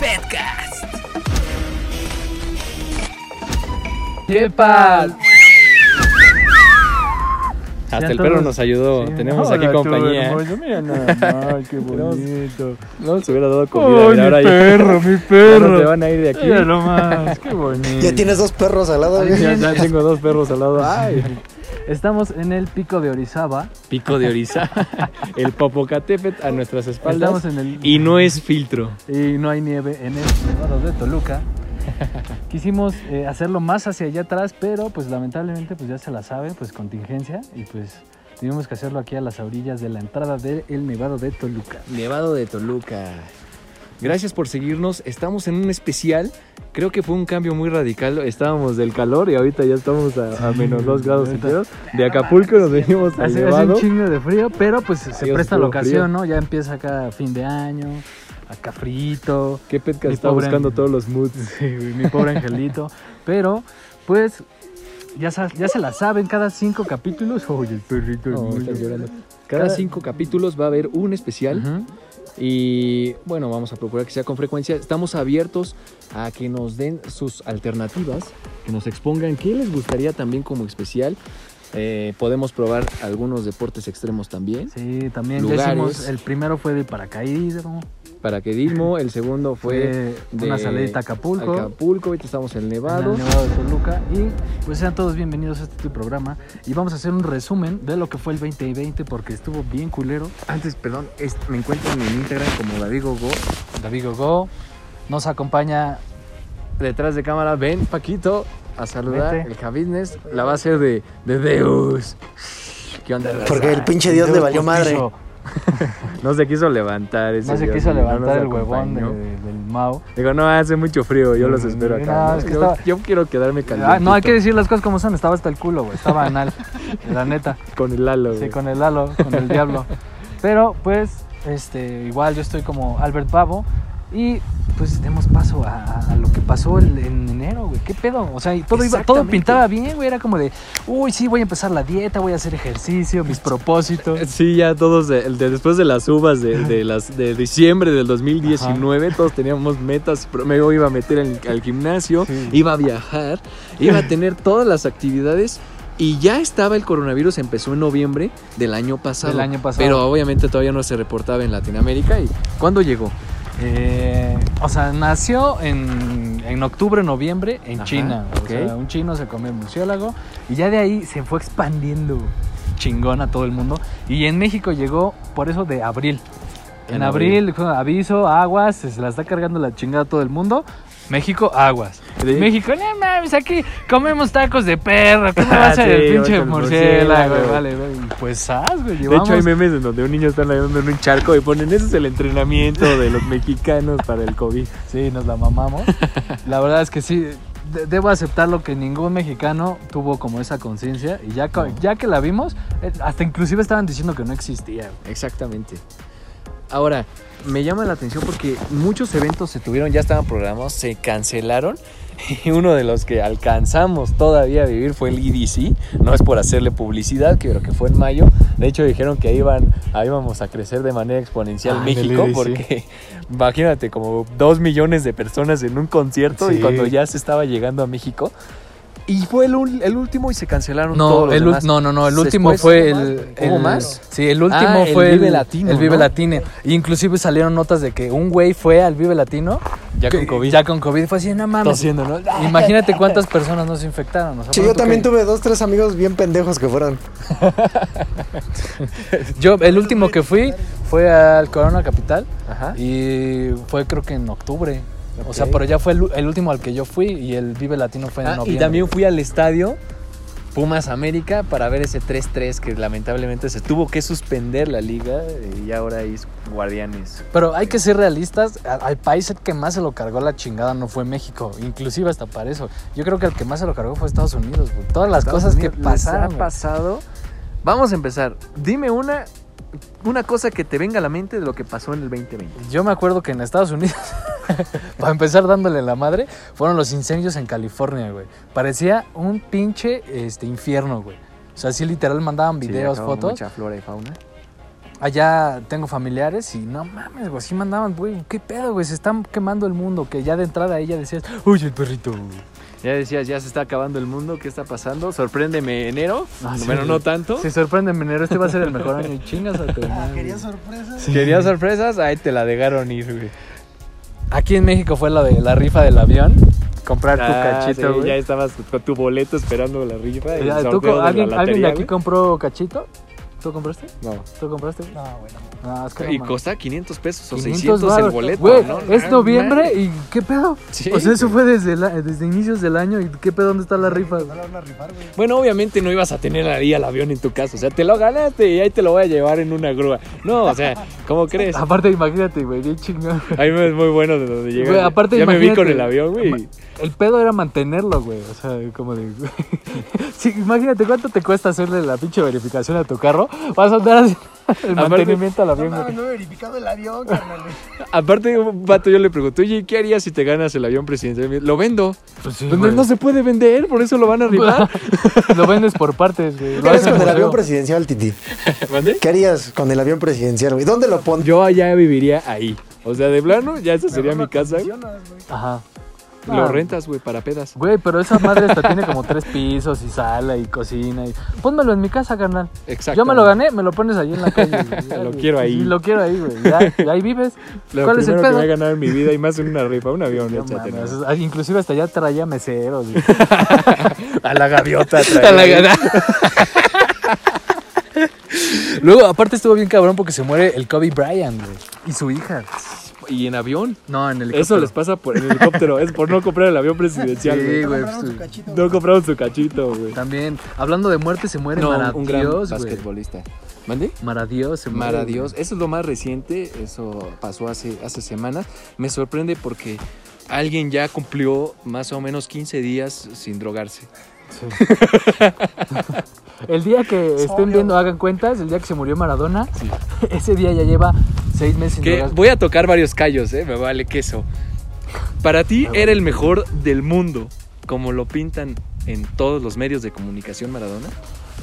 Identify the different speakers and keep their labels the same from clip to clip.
Speaker 1: Petcast.
Speaker 2: ¡Yepas!
Speaker 3: Hasta
Speaker 2: Ya
Speaker 3: el
Speaker 2: todos-
Speaker 3: perro nos ayudó.
Speaker 2: Sí.
Speaker 3: Tenemos
Speaker 2: Hola,
Speaker 3: aquí
Speaker 2: tú,
Speaker 3: compañía. ¿eh?
Speaker 2: hermoso. Mira nada más, qué bonito.
Speaker 3: No se hubiera dado comida.
Speaker 2: ¡Ay,
Speaker 3: mira, ahora
Speaker 2: mi
Speaker 3: ya-
Speaker 2: perro, mi
Speaker 3: ya no se
Speaker 2: perro!
Speaker 3: van a ir de aquí.
Speaker 2: Mira nomás, qué bonito.
Speaker 4: Ya tienes dos perros al lado,
Speaker 3: Ya,
Speaker 4: güey.
Speaker 3: ya tengo dos perros al lado. Ay,
Speaker 2: Estamos en el pico de Orizaba.
Speaker 3: pico de oriza. El Popocatépetl a nuestras espaldas.
Speaker 2: Estamos en el...
Speaker 3: Y no es filtro.
Speaker 2: y no hay nieve en el Nevado de Toluca. Quisimos eh, hacerlo más hacia allá atrás, pero pues lamentablemente pues ya se la sabe, pues contingencia y pues tuvimos que hacerlo aquí a las orillas de la entrada del Nevado de Toluca.
Speaker 3: Nevado de Toluca. Gracias por seguirnos. Estamos en un especial. Creo que fue un cambio muy radical. Estábamos del calor y ahorita ya estamos a, a menos 2 grados
Speaker 2: ahorita-
Speaker 3: centígrados. De Acapulco nos venimos al
Speaker 2: Hace, hace un
Speaker 3: Nevado.
Speaker 2: chingo de frío, pero pues se
Speaker 3: Dios,
Speaker 2: presta la
Speaker 3: puro
Speaker 2: ocasión,
Speaker 3: frío.
Speaker 2: ¿no? Ya empieza acá fin de año, acá frito,
Speaker 3: ¿Qué petca
Speaker 2: Mi
Speaker 3: está
Speaker 2: pobre
Speaker 3: buscando
Speaker 2: amigo.
Speaker 3: todos los moods?
Speaker 2: Sí, güey, mi pobre angelito. Pero, pues, ya, sa- ya se la saben, cada cinco capítulos. Oye, el perrito
Speaker 3: No,
Speaker 2: hermoso.
Speaker 3: estás llorando. Cada cinco capítulos va a haber un especial
Speaker 2: Ujú.
Speaker 3: y bueno, vamos a procurar que sea con frecuencia. Estamos abiertos a que nos den sus alternativas, que nos expongan qué les gustaría también como especial. Eh, podemos probar algunos deportes extremos también.
Speaker 2: Sí, también ya
Speaker 3: Lugares.
Speaker 2: hicimos. El primero fue de paracaidismo.
Speaker 3: Paraquedismo, el segundo fue
Speaker 2: Fue
Speaker 3: de
Speaker 2: una salida a Acapulco.
Speaker 3: Eh, Acapulco, ahorita estamos en el
Speaker 2: en
Speaker 3: Nevado.
Speaker 2: el Nevado de Toluca. Y pues sean todos bienvenidos a este tu programa. Y vamos a hacer un resumen de lo que fue el 2020 porque estuvo bien culero.
Speaker 3: Antes, perdón, es- me encuentran en Instagram como David Gogo.
Speaker 2: David Gogo nos acompaña
Speaker 3: Detrás de cámara ven Paquito a saludar
Speaker 2: Vete.
Speaker 3: el Javitness. La va a hacer de, de Deus. ¿Qué onda? raza?
Speaker 4: Porque el pinche Dios le valió madre.
Speaker 2: Postizo.
Speaker 3: No se quiso levantar ese
Speaker 2: No se
Speaker 3: Dios,
Speaker 2: quiso
Speaker 3: no nos
Speaker 2: levantar el huevón
Speaker 3: acompañó.
Speaker 2: de- de- del Mao.
Speaker 3: Digo, no, hace mucho frío, yo los espero
Speaker 2: No,
Speaker 3: acá. ¿no?
Speaker 2: es que
Speaker 3: yo,
Speaker 2: estaba-
Speaker 3: yo quiero quedarme caliente.
Speaker 2: Ah, no, hay que decir las cosas como son. Estaba hasta el culo, güey. Estaba anal. la neta.
Speaker 3: Con el halo,
Speaker 2: Sí,
Speaker 3: güey.
Speaker 2: con el halo, con el diablo. Pero, pues, este, igual yo estoy como Albert Babo. Y, pues, demos paso a, a lo que pasó el- en enero, güey. ¿Qué pedo? O sea, y todo, iba, todo
Speaker 3: Exactamente.
Speaker 2: pintaba bien, güey. Era como de, uy, sí, voy a empezar la dieta, voy a hacer ejercicio, mis propósitos.
Speaker 3: Sí, ya todos, de- de- después de las uvas de, de las, de diciembre del 2019, todos teníamos metas. pero Me iba a meter en- al gimnasio,
Speaker 2: Sí.
Speaker 3: iba a viajar, iba a tener todas las actividades. Y ya estaba el coronavirus, empezó en noviembre del año pasado.
Speaker 2: Del año pasado.
Speaker 3: Pero obviamente todavía no se reportaba en Latinoamérica. ¿Y cuándo llegó?
Speaker 2: Eh, o sea, nació en, en octubre, noviembre en
Speaker 3: Ajá,
Speaker 2: China.
Speaker 3: ok.
Speaker 2: O sea, un chino se comió un murciélago y ya de ahí se fue expandiendo chingón a todo el mundo. Y en México llegó por eso de abril. En,
Speaker 3: En
Speaker 2: abril, fue aviso, aguas, se la está cargando la chingada a todo el mundo. México, aguas.
Speaker 3: Sí.
Speaker 2: México, no mames, aquí comemos tacos de perro. ¿Cómo va a ser
Speaker 3: Ah, Sí,
Speaker 2: el
Speaker 3: ahorita
Speaker 2: pinche
Speaker 3: el
Speaker 2: murciélago?
Speaker 3: murciélago.
Speaker 2: Vale, vale. Pues, sas, güey,
Speaker 3: De hecho, hay
Speaker 2: llevamos-
Speaker 3: memes en donde un niño está nadando en un charco y ponen: Ese es el entrenamiento de los mexicanos para el COVID.
Speaker 2: Sí, nos la mamamos. La verdad es que sí. de- debo aceptarlo que ningún mexicano tuvo como esa conciencia. Y ya, co-
Speaker 3: No.
Speaker 2: ya que la vimos, eh, hasta inclusive estaban diciendo que no existía.
Speaker 3: Exactamente. Ahora, me llama la atención porque muchos eventos se tuvieron, ya estaban programados, se cancelaron. Y uno de los que alcanzamos todavía a vivir fue el EDC. No es por hacerle publicidad, creo que fue en mayo. De hecho, dijeron que ahí, iban, ahí íbamos a crecer de manera exponencial
Speaker 2: Ah,
Speaker 3: México,
Speaker 2: del EDC.
Speaker 3: porque imagínate, como dos millones de personas en un concierto y
Speaker 2: Sí.
Speaker 3: cuando ya se estaba llegando a México. Y fue el, ul- el último y se cancelaron todos
Speaker 2: No,
Speaker 3: los
Speaker 2: el, ul-
Speaker 3: demás.
Speaker 2: no, no, no, el
Speaker 3: Después
Speaker 2: último fue
Speaker 3: hubo
Speaker 2: el,
Speaker 3: más, ¿hubo
Speaker 2: el-
Speaker 3: más?
Speaker 2: Sí, el último
Speaker 3: Ah, el
Speaker 2: fue
Speaker 3: Vive Latino,
Speaker 2: El Vive
Speaker 3: ¿no?
Speaker 2: Latino. Inclusive salieron notas de que un güey fue al Vive Latino.
Speaker 3: Ya
Speaker 2: que-
Speaker 3: con COVID.
Speaker 2: Ya con COVID. Fue así, no Ah, mames.
Speaker 3: Tosiendo, ¿no?
Speaker 2: Imagínate cuántas personas nos infectaron. o sea,
Speaker 4: Che,
Speaker 2: pon
Speaker 4: yo
Speaker 2: tú
Speaker 4: también
Speaker 2: que-
Speaker 4: tuve dos, tres amigos bien pendejos que fueron.
Speaker 2: Yo, el último que fui fue al Corona Capital.
Speaker 3: Ajá.
Speaker 2: Y fue creo que en octubre. O sea,
Speaker 3: Ok.
Speaker 2: pero ya fue el, el último al que yo fui y el Vive Latino fue en
Speaker 3: Ah,
Speaker 2: noviembre.
Speaker 3: y también fui al estadio Pumas América para ver ese 3-3 que lamentablemente se tuvo que suspender la liga y ahora es Guardianes.
Speaker 2: Pero hay que ser realistas, a- al país el que más se lo cargó la chingada no fue México, inclusive hasta para eso. Yo creo que el que más se lo cargó fue Estados Unidos, güey. Todas las
Speaker 3: Estados
Speaker 2: cosas
Speaker 3: Unidos
Speaker 2: que
Speaker 3: les ha
Speaker 2: pasaron. güey.
Speaker 3: pasado. Vamos a empezar. Dime una, una cosa que te venga a la mente de lo que pasó en el 2020.
Speaker 2: Yo me acuerdo que en Estados Unidos, para empezar dándole la madre, fueron los incendios en California, güey. Parecía un pinche este, infierno, güey. O sea, sí literal mandaban videos,
Speaker 3: Sí, acabó
Speaker 2: fotos.
Speaker 3: Mucha flora y fauna.
Speaker 2: Allá tengo familiares y no mames, güey, así mandaban, güey, qué pedo, güey, se están quemando el mundo, que ya de entrada ella decías, uy, el perrito.
Speaker 3: Ya decías, ya se está acabando el mundo, ¿qué está pasando? Sorpréndeme enero.
Speaker 2: Ah, sí.
Speaker 3: bueno, no tanto.
Speaker 2: Se sorprende en enero, este va a ser el mejor año, chingas a tu madre.
Speaker 4: sorpresa?
Speaker 3: Quería sorpresas, ahí te la dejaron ir, güey.
Speaker 2: Aquí en México fue la de la rifa del avión, comprar
Speaker 3: Ah,
Speaker 2: tu cachito,
Speaker 3: sí, ya
Speaker 2: güey.
Speaker 3: estabas con tu boleto esperando la rifa. y
Speaker 2: Ya,
Speaker 3: el
Speaker 2: ¿tú
Speaker 3: sorteo
Speaker 2: co-
Speaker 3: de la
Speaker 2: ¿Alguien, alguien de
Speaker 3: lotería,
Speaker 2: aquí
Speaker 3: güey.
Speaker 2: compró cachito? ¿Tú compraste?
Speaker 3: No.
Speaker 2: ¿Tú compraste? güey?
Speaker 4: No, bueno.
Speaker 2: No, es que no
Speaker 3: Y
Speaker 2: mames.
Speaker 3: costa 500 pesos o
Speaker 2: 500
Speaker 3: 600 el
Speaker 2: varos.
Speaker 3: boleto,
Speaker 2: Güey,
Speaker 3: ¿no?
Speaker 2: es
Speaker 3: No
Speaker 2: noviembre
Speaker 3: mames.
Speaker 2: y ¿qué pedo?
Speaker 3: Sí,
Speaker 2: o sea, eso fue desde, la- desde inicios del año y ¿qué pedo? ¿Dónde está la rifa? güey?
Speaker 4: la van a rifar, güey.
Speaker 3: Bueno, obviamente no ibas a tener ahí al avión en tu casa. O sea, te lo ganaste y ahí te lo voy a llevar en una grúa. No, o sea, ¿cómo crees?
Speaker 2: Aparte, imagínate, güey, bien chingón.
Speaker 3: Ahí me es muy bueno de donde llegué.
Speaker 2: Güey, aparte,
Speaker 3: ya me vi con
Speaker 2: imagínate.
Speaker 3: el avión, güey.
Speaker 2: El pedo era mantenerlo, güey. O sea, como de. Sí, imagínate cuánto te cuesta hacerle la pinche verificación a tu carro. Vas a andar haciendo el mantenimiento al avión, güey.
Speaker 4: no he verificado el avión, carnal.
Speaker 3: Aparte, un vato yo le pregunté, oye, ¿qué harías si te ganas el avión presidencial? Y me dijo, Lo vendo.
Speaker 2: Pues sí,
Speaker 3: No,
Speaker 2: güey.
Speaker 3: no se puede vender, por eso lo van a rifar.
Speaker 2: Lo vendes por partes, güey.
Speaker 4: ¿Qué
Speaker 2: Lo
Speaker 4: harías
Speaker 2: haces
Speaker 4: con el
Speaker 2: museo.
Speaker 4: avión presidencial, Titi?
Speaker 3: ¿Mande?
Speaker 4: ¿Qué harías con el avión presidencial, güey? ¿Dónde lo pondrías?
Speaker 3: Yo allá viviría ahí. O sea, de plano, ya esa sería mi casa.
Speaker 2: Ajá. Ah.
Speaker 3: Lo rentas, güey, para pedas.
Speaker 2: Güey, pero esa madre hasta tiene como tres pisos y sala y cocina. Y... Pónmelo en mi casa, carnal.
Speaker 3: Exacto.
Speaker 2: Yo me lo gané, me lo pones ahí en la calle. güey. Ya,
Speaker 3: Lo
Speaker 2: güey.
Speaker 3: quiero ahí.
Speaker 2: Sí, Lo quiero ahí, güey. Ya, y ahí vives.
Speaker 3: Lo
Speaker 2: ¿Cuál es el
Speaker 3: primero
Speaker 2: pedo?
Speaker 3: que me he ganado en mi vida y más en una rifa, un avión,
Speaker 2: No
Speaker 3: échate,
Speaker 2: mames,
Speaker 3: ¿no?
Speaker 2: ah, inclusive hasta allá traía meseros. güey.
Speaker 3: A la gaviota.
Speaker 2: Hasta la gana. Luego, aparte estuvo bien cabrón porque se muere el Kobe Bryant, güey. Y su hija.
Speaker 3: Y en avión.
Speaker 2: No, en el
Speaker 3: Eso les pasa por el helicóptero, es por no comprar el avión presidencial.
Speaker 2: Sí,
Speaker 3: güey.
Speaker 2: güey. pues,
Speaker 3: No compraron su cachito, güey.
Speaker 2: También, hablando de muerte, se muere Maradios, güey.
Speaker 3: basquetbolista. ¿Mande?
Speaker 2: Maradios se muere.
Speaker 3: Maradios. Eso es lo más reciente. Eso pasó hace, hace semanas. Me sorprende porque alguien ya cumplió más o menos 15 días sin drogarse.
Speaker 2: El día que estén viendo, hagan cuentas, el día que se murió Maradona, ese día ya lleva seis meses sin
Speaker 3: Que
Speaker 2: drogas.
Speaker 3: voy a tocar varios callos, ¿eh? Me vale queso. Para
Speaker 2: Ah,
Speaker 3: ti era el mejor del mundo, como lo pintan en todos los medios de comunicación Maradona.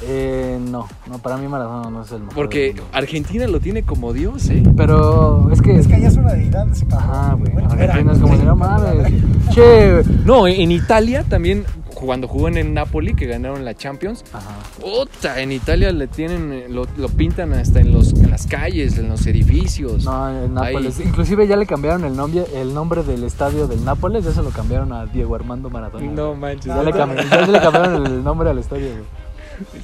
Speaker 2: Eh, no, no, para mí Maradona no es el mejor.
Speaker 3: Porque
Speaker 2: del mundo.
Speaker 3: Argentina lo tiene como Dios, ¿eh?
Speaker 2: Pero es que...
Speaker 4: ya es una deidad ese
Speaker 2: Ajá, güey. Argentina es como si no mames. Che.
Speaker 3: No, en Italia también, cuando jugó en el Napoli, que ganaron la Champions,
Speaker 2: Ajá.
Speaker 3: Puta, en Italia le tienen, eh, lo, lo pintan hasta en, los, en las calles, en los edificios.
Speaker 2: No, en Nápoles. Inclusive ya le cambiaron el nombre, el nombre del estadio del Nápoles, ya se lo cambiaron a Diego Armando Maradona.
Speaker 3: No manches.
Speaker 2: Ya le, cambi- ya se le cambiaron el nombre al estadio, güey.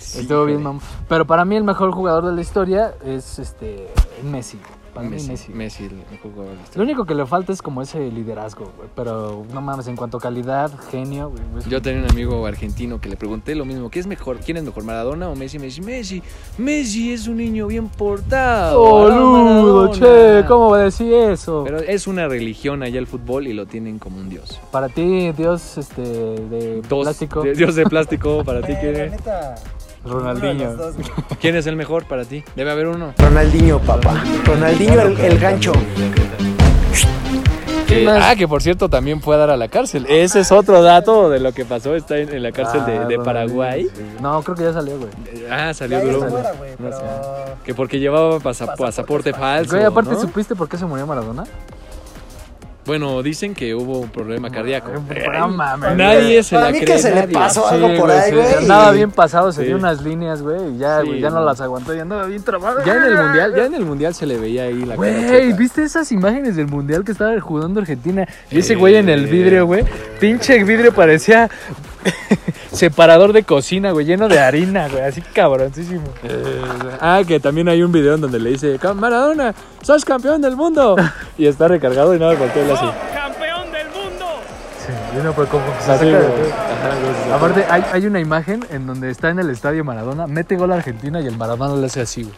Speaker 3: Sí,
Speaker 2: Estuvo bien,
Speaker 3: güey.
Speaker 2: mamá. Pero para mí el mejor jugador de la historia es este Messi. Para mí
Speaker 3: Messi,
Speaker 2: Messi.
Speaker 3: Messi, el mejor jugador de la
Speaker 2: Lo
Speaker 3: historia.
Speaker 2: único que le falta es como ese liderazgo, güey. Pero no mames, en cuanto a calidad, genio, güey. es-
Speaker 3: Yo tenía un amigo argentino que le pregunté lo mismo, ¿qué es mejor? ¿Quién es mejor, Maradona o Messi? Me dice, Messi, Messi es un niño bien portado. Ah,
Speaker 2: Boludo,
Speaker 3: Maradona".
Speaker 2: che, ¿cómo va a decir eso?
Speaker 3: Pero es una religión allá el fútbol y lo tienen como un dios.
Speaker 2: Para ti, Dios este, de
Speaker 3: Dos-
Speaker 2: plástico,
Speaker 3: de- Dios de plástico, para ti, ¿quién es?
Speaker 2: Ronaldinho.
Speaker 3: ¿Quién es el mejor para ti? Debe haber uno.
Speaker 4: Ronaldinho, papá. Ronaldinho, el, el gancho.
Speaker 3: Que-
Speaker 2: más?
Speaker 3: ah, que por cierto también fue a dar a la cárcel. Ese es otro dato de lo que pasó. Está en, en la cárcel
Speaker 2: Ah,
Speaker 3: de- de,
Speaker 2: Ronaldinho,
Speaker 3: Paraguay.
Speaker 2: sí. No, creo que ya salió, güey.
Speaker 3: Eh, Ah, salió duro. No sé. Que porque llevaba pasa- pasaporte falso.
Speaker 2: Güey, aparte,
Speaker 3: ¿no?
Speaker 2: ¿supiste por qué se murió Maradona?
Speaker 3: Bueno, dicen que hubo un problema cardíaco.
Speaker 2: No mames.
Speaker 3: Nadie se
Speaker 4: Para
Speaker 3: la
Speaker 4: mí
Speaker 3: cree,
Speaker 4: que se le
Speaker 3: nadie.
Speaker 4: pasó
Speaker 2: Sí,
Speaker 4: algo por ahí,
Speaker 2: sí,
Speaker 4: güey.
Speaker 2: Andaba bien pasado, se
Speaker 3: Sí.
Speaker 2: dio unas líneas, güey, y ya,
Speaker 3: Sí,
Speaker 2: güey, ya no
Speaker 3: no.
Speaker 2: las aguantó, ya andaba bien trabado.
Speaker 3: Ya en el mundial, ya en el mundial se le veía ahí la
Speaker 2: Güey,
Speaker 3: cara.
Speaker 2: ¿viste esas imágenes del mundial que estaba jugando Argentina? Y ese
Speaker 3: Sí.
Speaker 2: güey en el vidrio, güey. Pinche vidrio parecía separador de cocina, güey, lleno de harina, güey. Así cabroncísimo.
Speaker 3: Eh, ah, que también hay un video en donde le dice, "Cam- Maradona, sos campeón del mundo. Y está recargado y nada, voltea y le hace.
Speaker 2: Sí, yo no, pero como que se
Speaker 3: Así,
Speaker 2: saca de
Speaker 3: güey.
Speaker 2: todo.
Speaker 3: Ajá, güey, sí, sí.
Speaker 2: Aparte, hay, hay una imagen en donde está en el estadio Maradona, mete gol a Argentina y el Maradona le hace así, güey.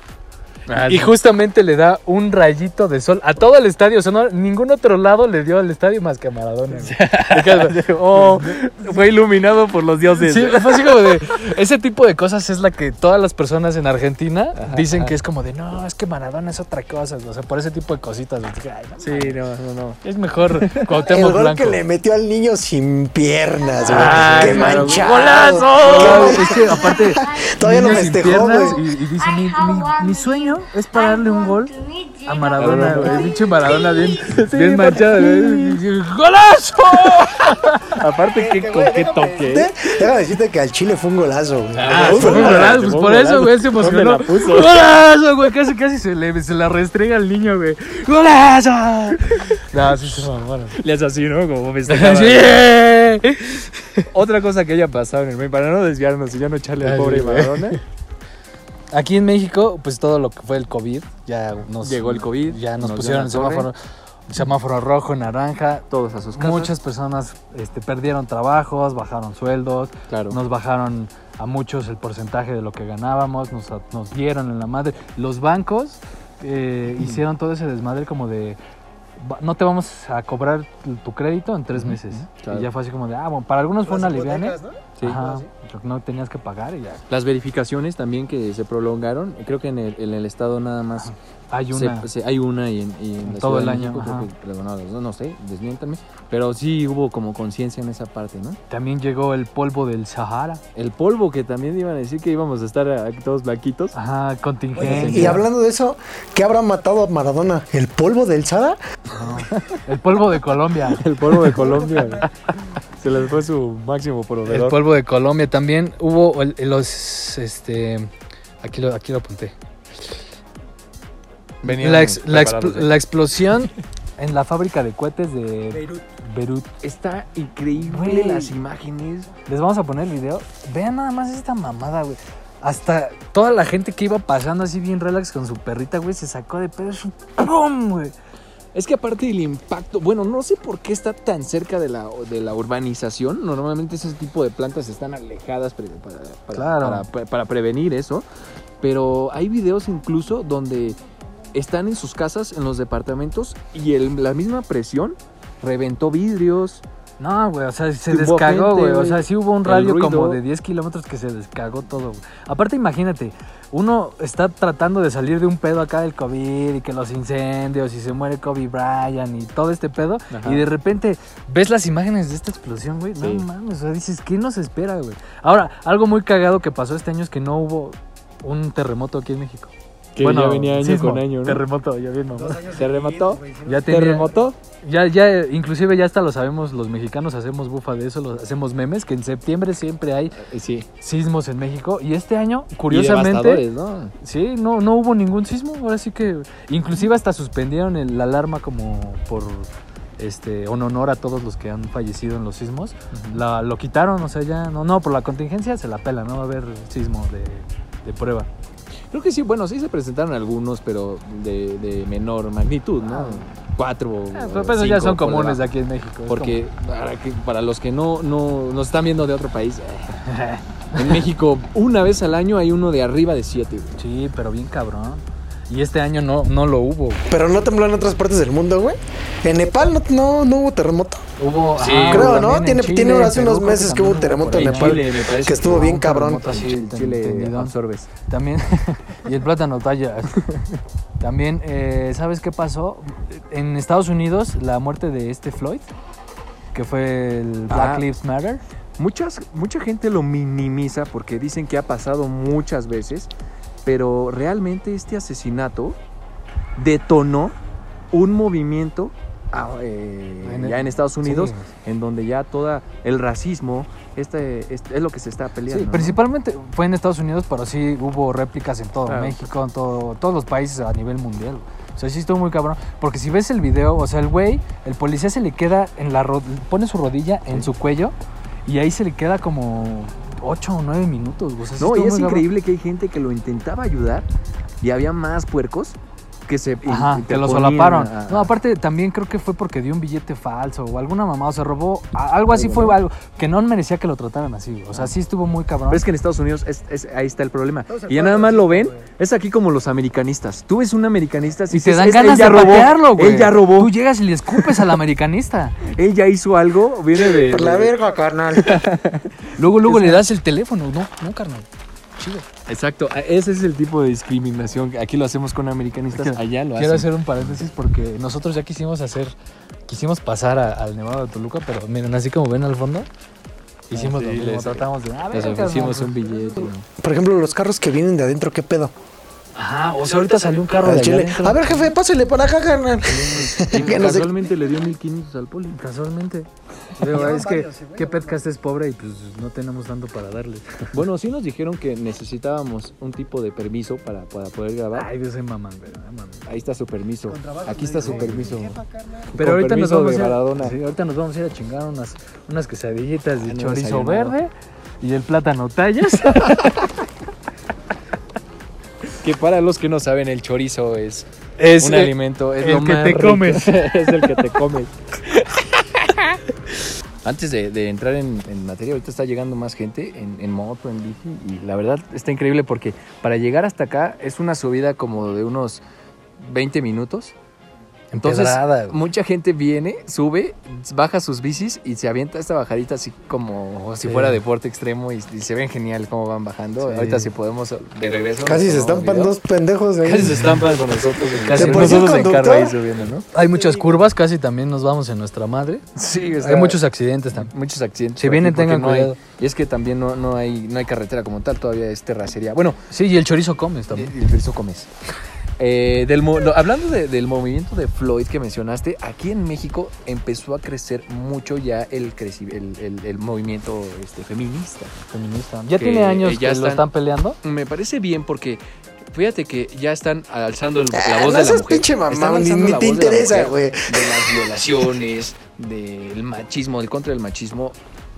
Speaker 3: Ah,
Speaker 2: y justamente le da un rayito de sol a todo el estadio. O sea, no- ningún otro lado le dio al estadio más que a Maradona. güey. Te quedas, oh,
Speaker 3: Fue iluminado por los dioses.
Speaker 2: sí, fue así como de. Ese tipo de cosas es la que todas las personas en Argentina dicen que es como de no, es que Maradona es otra cosa. O sea, por ese tipo de cositas. güey. Dije, "Ay, no mames,
Speaker 3: no, no, no.
Speaker 2: Es mejor
Speaker 4: El
Speaker 2: Cuauhtémoc
Speaker 4: gol
Speaker 2: Blanco.
Speaker 4: que le metió al niño sin piernas, güey.
Speaker 2: Ay,
Speaker 4: ¡Qué
Speaker 2: claro.
Speaker 4: manchado!
Speaker 2: ¡Golazo!
Speaker 4: ¡Qué
Speaker 2: Es que aparte.
Speaker 4: Todavía lo
Speaker 2: niños sin
Speaker 4: festejó,
Speaker 2: piernas
Speaker 4: güey.
Speaker 2: Y, y dice: mi, mi- mi sueño niño es para darle un gol a Maradona, güey.
Speaker 3: El pinche Maradona bien,
Speaker 2: Sí,
Speaker 3: bien manchado. güey. ¡Golazo! Aparte, qué ¿eh? coqueto que es.
Speaker 4: Déjame decirte que al Chile fue un golazo, güey.
Speaker 3: Ah,
Speaker 2: Fue un golazo, pues
Speaker 3: fue un
Speaker 2: por eso,
Speaker 3: golazo.
Speaker 2: güey, se
Speaker 3: ¿Dónde
Speaker 2: emocionó.
Speaker 3: la puso?
Speaker 2: ¡Golazo, güey! Casi, casi se, le, se la restrega al niño, güey. ¡Golazo! No, sí se mamaron.
Speaker 3: Le asesinó como festejaba.
Speaker 2: ¡Sí!
Speaker 3: Otra cosa que haya pasado en el medio, para no desviarnos y ya no echarle al
Speaker 2: Ay,
Speaker 3: pobre
Speaker 2: sí, güey.
Speaker 3: Maradona.
Speaker 2: Aquí en México, pues todo lo que fue el COVID, ya nos...
Speaker 3: Llegó el COVID,
Speaker 2: Ya nos,
Speaker 3: nos
Speaker 2: pusieron el
Speaker 3: dio la
Speaker 2: semáforo, semáforo rojo, naranja.
Speaker 3: Todos a sus casas.
Speaker 2: Muchas personas este, perdieron trabajos, bajaron sueldos,
Speaker 3: Claro.
Speaker 2: nos bajaron a muchos el porcentaje de lo que ganábamos, nos, a- nos dieron en la madre. Los bancos eh, hicieron todo ese desmadre como de, "Va- no te vamos a cobrar tu- tu crédito en tres meses.
Speaker 3: claro.
Speaker 2: Y ya fue así como de, ah, bueno, para algunos fue una liviana.
Speaker 4: Las hipotecas, ¿no?
Speaker 3: Sí.
Speaker 2: Ajá, lo que no tenías que pagar y ya.
Speaker 3: Las verificaciones también que se prolongaron. Creo que en el, en el estado nada más
Speaker 2: Ah, Hay
Speaker 3: se-
Speaker 2: una...
Speaker 3: se- hay una y en, y en
Speaker 2: En
Speaker 3: la
Speaker 2: todo
Speaker 3: Ciudad
Speaker 2: el
Speaker 3: de
Speaker 2: año,
Speaker 3: México, creo
Speaker 2: ajá.
Speaker 3: que perdonadas, no, no sé, desmiéntame. Pero sí hubo como conciencia en esa parte, ¿no?
Speaker 2: También llegó el polvo del Sahara.
Speaker 3: El polvo que también iban a decir que íbamos a estar aquí todos blanquitos.
Speaker 2: Ajá,
Speaker 4: Oye,
Speaker 2: contingencia.
Speaker 4: y hablando de eso, ¿qué habrá matado a Maradona? ¿El polvo del Sada?
Speaker 2: El polvo de Colombia.
Speaker 3: El polvo de Colombia. güey. se les fue su máximo
Speaker 2: El
Speaker 3: proveedor.
Speaker 2: polvo de Colombia también hubo el- los este aquí lo aquí lo apunté.
Speaker 3: Venían
Speaker 2: La, ex- la,
Speaker 3: preparados,
Speaker 2: expl-
Speaker 3: ¿eh?
Speaker 2: la explosión en la fábrica de cohetes de Beirut.
Speaker 3: Está increíble
Speaker 2: Güey.
Speaker 3: las imágenes.
Speaker 2: Les vamos a poner el video. Vean nada más esta mamada, güey. Hasta toda la gente que iba pasando así bien relax con su perrita, güey, se sacó de pedo. así, ¡Pum! güey.
Speaker 3: Es que aparte del impacto, bueno, no sé por qué está tan cerca de la, de la urbanización. Normalmente ese tipo de plantas están alejadas pre- para, para-
Speaker 2: Claro.
Speaker 3: para- pre- para prevenir eso. Pero hay videos incluso donde están en sus casas, en los departamentos, y el- la misma presión reventó vidrios.
Speaker 2: No, güey, o sea, se
Speaker 3: Hubo
Speaker 2: descagó,
Speaker 3: gente,
Speaker 2: güey. O
Speaker 3: güey.
Speaker 2: sea, sí hubo un
Speaker 3: El
Speaker 2: radio como
Speaker 3: ruido.
Speaker 2: de 10 kilómetros que se descagó todo, güey. Aparte, imagínate, uno está tratando de salir de un pedo acá del COVID y que los incendios y se muere Kobe Bryant y todo este pedo.
Speaker 3: Ajá.
Speaker 2: Y de repente ves las imágenes de esta explosión, güey.
Speaker 3: Sí.
Speaker 2: No mames, o sea, dices, ¿qué nos espera, güey? Ahora, algo muy cagado que pasó este año es que no hubo un terremoto aquí en México. sismo, Terremoto, ya bien, mamá.
Speaker 3: ¿Se remató?
Speaker 2: Ya tenía-
Speaker 3: ¿Terremoto?
Speaker 2: Ya, ya, inclusive ya hasta lo sabemos, los mexicanos hacemos bufa de eso, los hacemos memes, que en septiembre siempre hay
Speaker 3: Eh, Sí.
Speaker 2: sismos en México. Y este año,
Speaker 3: Y
Speaker 2: curiosamente,
Speaker 3: devastadores, ¿no?
Speaker 2: sí, no, no hubo ningún sismo. Ahora sí que, inclusive hasta suspendieron el- la alarma como por, este, en honor a todos los que han fallecido en los sismos. La, lo quitaron, o sea, ya, no, no, por la contingencia se la pela, no va a haber sismo de, de prueba.
Speaker 3: Creo que sí, bueno, sí se presentaron algunos, pero de, de menor magnitud, ¿no?
Speaker 2: Ah.
Speaker 3: Cuatro.
Speaker 2: Ah,
Speaker 3: o
Speaker 2: pero pues, ya
Speaker 3: cinco
Speaker 2: son
Speaker 3: por
Speaker 2: comunes
Speaker 3: debajo.
Speaker 2: aquí en México. es
Speaker 3: Porque para, que- para los que no, no nos están viendo de otro país, eh, en México una vez al año hay uno de arriba de siete. güey.
Speaker 2: como- sí, pero bien cabrón. Y este año no, no lo hubo, güey.
Speaker 4: Pero no tembló en otras partes del mundo, güey. En Nepal no, no, no hubo terremoto.
Speaker 2: Hubo,
Speaker 3: Sí,
Speaker 2: ajá,
Speaker 4: creo,
Speaker 2: hubo
Speaker 4: ¿no?
Speaker 2: también en
Speaker 4: Tiene- tiene
Speaker 2: Chile,
Speaker 4: hace
Speaker 2: en
Speaker 4: unos
Speaker 2: Perú, creo
Speaker 4: meses
Speaker 2: que
Speaker 4: que hubo
Speaker 2: también
Speaker 4: terremoto en
Speaker 2: por ahí.
Speaker 4: Nepal.
Speaker 3: me parece
Speaker 4: que estuvo
Speaker 2: Ah,
Speaker 4: bien
Speaker 2: un
Speaker 4: cabrón.
Speaker 2: terremoto así,
Speaker 3: Chile,
Speaker 2: ten-
Speaker 3: Chile
Speaker 2: tendidón.
Speaker 3: absorbes.
Speaker 2: También, y el plátano talla. También, eh, ¿sabes qué pasó? En Estados Unidos, la muerte de este Floyd, que fue el Black
Speaker 3: Ah.
Speaker 2: Lives Matter.
Speaker 3: Muchas, mucha gente lo minimiza porque dicen que ha pasado muchas veces, pero realmente este asesinato detonó un movimiento ah, eh,
Speaker 2: En el-
Speaker 3: ya en Estados Unidos,
Speaker 2: Sí.
Speaker 3: en donde ya todo el racismo este, este- es lo que se está
Speaker 2: Sí,
Speaker 3: peleando. ¿no?
Speaker 2: principalmente fue en Estados Unidos, pero sí hubo réplicas en todo
Speaker 3: Claro.
Speaker 2: México, en todo- todos los países a nivel mundial. O sea, sí estuvo muy cabrón. Porque si ves el video, o sea, el güey, el policía se le queda en la ro- pone su rodilla en su cuello y ahí se le queda como 8 o 9 minutos. O sea, sí
Speaker 3: No, y
Speaker 2: estuvo
Speaker 3: es
Speaker 2: muy cabrón.
Speaker 3: increíble que hay gente que lo intentaba ayudar y había más puercos que se
Speaker 2: Ajá,
Speaker 3: interponían
Speaker 2: que lo solaparon.
Speaker 3: a-
Speaker 2: No, aparte también creo que fue porque dio un billete falso o alguna mamá, o se robó, a- algo así
Speaker 3: Algo,
Speaker 2: fue
Speaker 3: ¿no?
Speaker 2: algo que no merecía que lo trataran así. güey. O sea, sí estuvo muy cabrón.
Speaker 3: Pero es que en Estados Unidos es- es- ahí está el problema.
Speaker 4: Todos se
Speaker 3: Y ya
Speaker 4: acuerdan,
Speaker 3: nada más lo
Speaker 4: sí,
Speaker 3: ven,
Speaker 4: güey.
Speaker 3: es aquí como los americanistas. Tú ves un americanista
Speaker 2: y
Speaker 3: dices,
Speaker 2: te dan
Speaker 3: "Es-
Speaker 2: ganas
Speaker 3: él ya
Speaker 2: de
Speaker 3: robó,
Speaker 2: patearlo, güey.
Speaker 3: Él ya robó,
Speaker 2: Tú llegas y le escupes al americanista.
Speaker 3: él ya hizo algo, viene de...
Speaker 4: Por
Speaker 3: de-
Speaker 4: la verga, carnal.
Speaker 2: Luego, luego le das el teléfono. No, no, carnal. Chido.
Speaker 3: Exacto, ese es el tipo de discriminación. Aquí lo hacemos con americanistas,
Speaker 2: Quiero-
Speaker 3: allá lo
Speaker 2: Quiero
Speaker 3: hacen.
Speaker 2: hacer un paréntesis porque nosotros ya quisimos hacer, quisimos pasar a- al Nevado de Toluca, pero miren, así como ven al fondo, hicimos
Speaker 3: Ah, sí,
Speaker 2: lo mismo,
Speaker 3: les- eh,
Speaker 2: tratamos de... "Ah, A ver,
Speaker 3: Les
Speaker 2: carnal,
Speaker 3: ofrecimos
Speaker 2: pues,
Speaker 3: un billete.
Speaker 4: Por ejemplo, los carros que vienen de adentro, ¿qué pedo?
Speaker 2: Ajá, o sea, ahorita salió un carro de
Speaker 4: Al
Speaker 2: allá
Speaker 4: chile.
Speaker 2: adentro.
Speaker 4: A ver, jefe, pásele para acá, carnal.
Speaker 2: Y
Speaker 4: Que no sé-
Speaker 2: casualmente le dio 1500 al poli. Casualmente. Digo, es que, ¿qué podcast es pobre y pues no tenemos tanto para darle?
Speaker 3: Bueno, sí nos dijeron que necesitábamos un tipo de permiso para, para poder grabar.
Speaker 2: Ay, yo soy mamán, güey. no mames.
Speaker 3: Ahí está su permiso. Aquí está su permiso.
Speaker 2: Pero
Speaker 3: Con
Speaker 2: ahorita nos,
Speaker 3: permiso
Speaker 2: vamos a
Speaker 3: de
Speaker 2: ir,
Speaker 3: Maradona.
Speaker 2: sí, ahorita nos vamos a ir a chingar unas, unas quesadillitas de
Speaker 3: Ah, no
Speaker 2: chorizo
Speaker 3: desayunado.
Speaker 2: verde y el plátano tallas.
Speaker 3: Que para los que no saben, el chorizo es
Speaker 2: es eh,
Speaker 3: un alimento. Es
Speaker 2: el
Speaker 3: lo
Speaker 2: que
Speaker 3: más
Speaker 2: te
Speaker 3: rico.
Speaker 2: comes.
Speaker 3: es el que te comes. Antes de, de entrar en, en materia, ahorita está llegando más gente en, en moto, en bici. Y la verdad está increíble porque para llegar hasta acá es una subida como de unos 20 minutos. Entonces,
Speaker 2: Empedrada, güey.
Speaker 3: mucha gente viene, sube, baja sus bicis y se avienta esta bajadita así como si
Speaker 2: Sí.
Speaker 3: fuera deporte extremo y, y se ven genial cómo van bajando.
Speaker 2: Sí.
Speaker 3: Ahorita si podemos de regreso.
Speaker 4: Casi se
Speaker 3: nos tomamos
Speaker 4: estampan
Speaker 3: video.
Speaker 4: dos pendejos ahí.
Speaker 3: Casi se estampan con nosotros.
Speaker 2: Casi
Speaker 4: por sí el
Speaker 3: nosotros en carro ahí
Speaker 4: conductor.
Speaker 3: subiendo, ¿no?
Speaker 2: Hay muchas curvas, casi también nos vamos en nuestra madre.
Speaker 3: Sí,
Speaker 2: Hay muchos accidentes también.
Speaker 3: muchos accidentes.
Speaker 2: Si
Speaker 3: por aquí
Speaker 2: vienen,
Speaker 3: porque
Speaker 2: tengan
Speaker 3: no hay-
Speaker 2: cuidado.
Speaker 3: y es que también no, no, hay, no hay carretera como tal, todavía es terracería. Bueno,
Speaker 2: Sí, y el chorizo comes
Speaker 3: el,
Speaker 2: también.
Speaker 3: el friso comes. Eh, del, mo- no, hablando de- del movimiento de Floyd que mencionaste, aquí en México empezó a crecer mucho ya el, creci- el, el- el movimiento este, feminista.
Speaker 2: Feminista. Ya
Speaker 3: Que eh,
Speaker 2: tiene años
Speaker 3: ya
Speaker 2: que lo
Speaker 3: están-
Speaker 2: están peleando.
Speaker 3: Me parece bien porque fíjate que ya están alzando el-
Speaker 4: Ah,
Speaker 3: la voz
Speaker 4: no
Speaker 3: de la
Speaker 4: seas
Speaker 3: mujer.
Speaker 4: pinche mamá,
Speaker 3: Están
Speaker 4: ni-
Speaker 3: alzando
Speaker 4: ni
Speaker 3: la
Speaker 4: te
Speaker 3: voz de la
Speaker 4: interesa,
Speaker 3: mujer,
Speaker 4: güey.
Speaker 3: De las violaciones, del machismo, del contra del machismo.